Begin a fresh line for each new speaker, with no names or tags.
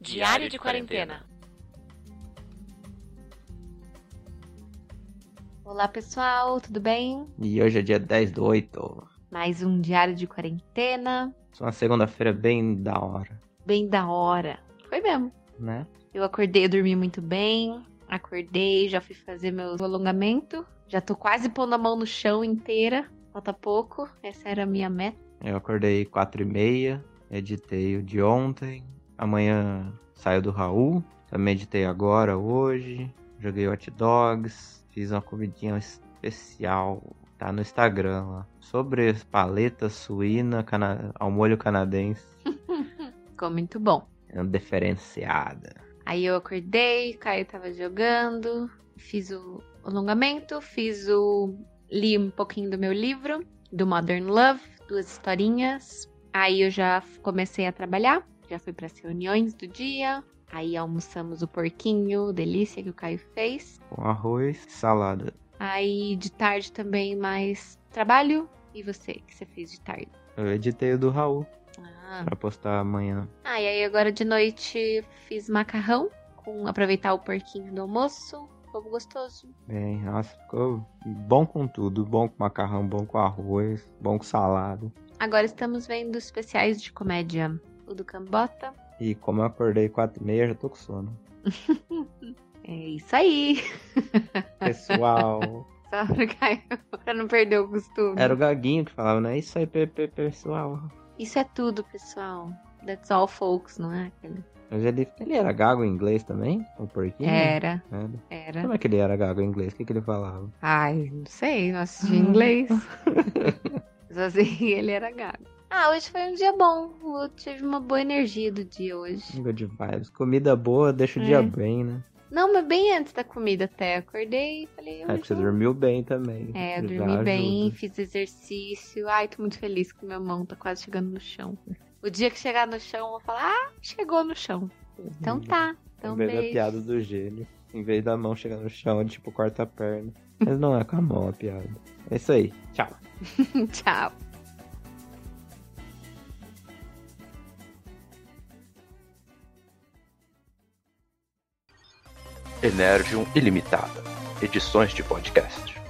Diário de quarentena.
Olá pessoal, tudo bem?
E hoje é dia 10 do 8.
Mais um diário de quarentena,
Isso é uma segunda-feira bem da hora,
bem da hora. Foi mesmo.
né?
Eu acordei, eu dormi muito bem. Acordei, já fui fazer meu alongamento. Já tô quase pondo a mão no chão inteira. Falta pouco. Essa era a minha meta.
Eu acordei 4 e meia, editei o de ontem. Amanhã saio do Raul. Também editei agora, hoje. Joguei hot dogs. Fiz uma comidinha especial. Tá no Instagram lá. Sobre paleta suína cana ao molho canadense.
Ficou muito bom.
É uma Diferenciada.
Aí eu acordei, Caio tava jogando. Fiz o alongamento, fiz o. li um pouquinho do meu livro, do Modern Love, duas historinhas. Aí eu já f- comecei a trabalhar, já fui pras reuniões do dia. Aí almoçamos o porquinho, delícia que o Caio fez.
Com arroz e salada.
Aí de tarde também mais trabalho. E você, o que você fez de tarde?
Eu editei o do Raul
Ah,
pra postar amanhã.
e aí agora de noite fiz macarrão com aproveitar o porquinho do almoço. Fogo gostoso.
Bem, É, nossa, ficou bom com tudo. Bom com macarrão, bom com arroz, bom com salada.
Agora estamos vendo especiais de comédia. O do Cambota.
E como eu acordei 4 e meia, já tô com sono.
É isso aí.
Pessoal,
Só pra, Caio- pra não perder o costume.
era o Gaguinho que falava, né? Isso aí, pe- pe- pessoal.
Isso é tudo, pessoal. That's all folks, não é? Aquele-
Mas ele, ele era gago em inglês também? O porquinho?
Era,
Era.
era.
Como é que ele era gago em inglês? O que, que ele falava?
Ai, não sei, não assisti em inglês. Mas assim, ele era gago. Ah, hoje foi um dia bom. Eu tive uma boa energia do dia hoje.
Good vibes. Comida boa, deixa o
É.
dia bem, né?
Não, mas bem antes da comida até. Acordei e falei.
É
hoje
que você
eu-
dormiu bem também.
É, eu
Já
dormi bem,
ajuda.
fiz exercício. Ai, tô muito feliz que minha mão tá quase chegando no chão. O dia que chegar no chão, eu vou falar, ah, chegou no chão. Então tá. Então
em vez da
beijo.
piada do gênio. Em vez da mão chegar no chão, ele, tipo, corta a perna. Mas não é com a mão a piada. É isso aí. Tchau.
Tchau.
Energium Ilimitada. Edições de podcast.